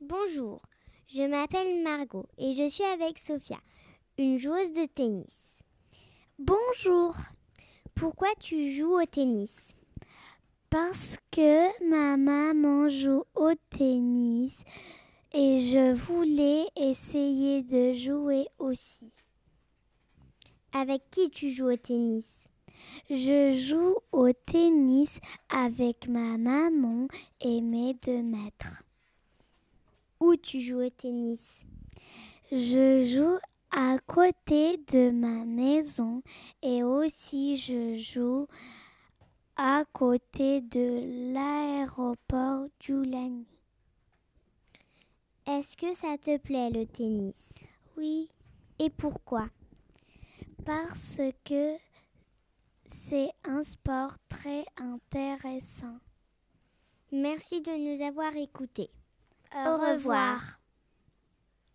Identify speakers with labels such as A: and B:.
A: Bonjour, je m'appelle Margot et je suis avec Sophia, une joueuse de tennis.
B: Bonjour,
A: Pourquoi tu joues au tennis
B: parce que ma maman joue au tennis et je voulais essayer de jouer aussi.
A: Avec qui tu joues au tennis
B: Je joue au tennis avec ma maman et mes deux maîtres.
A: Où tu joues au tennis
B: Je joue à côté de ma maison et aussi je joue à côté de l'aéroport Giuliani.
A: Est-ce que ça te plaît le tennis
B: Oui,
A: Et pourquoi
B: parce que c'est un sport très intéressant.
A: Merci de nous avoir écoutés.
B: Au revoir.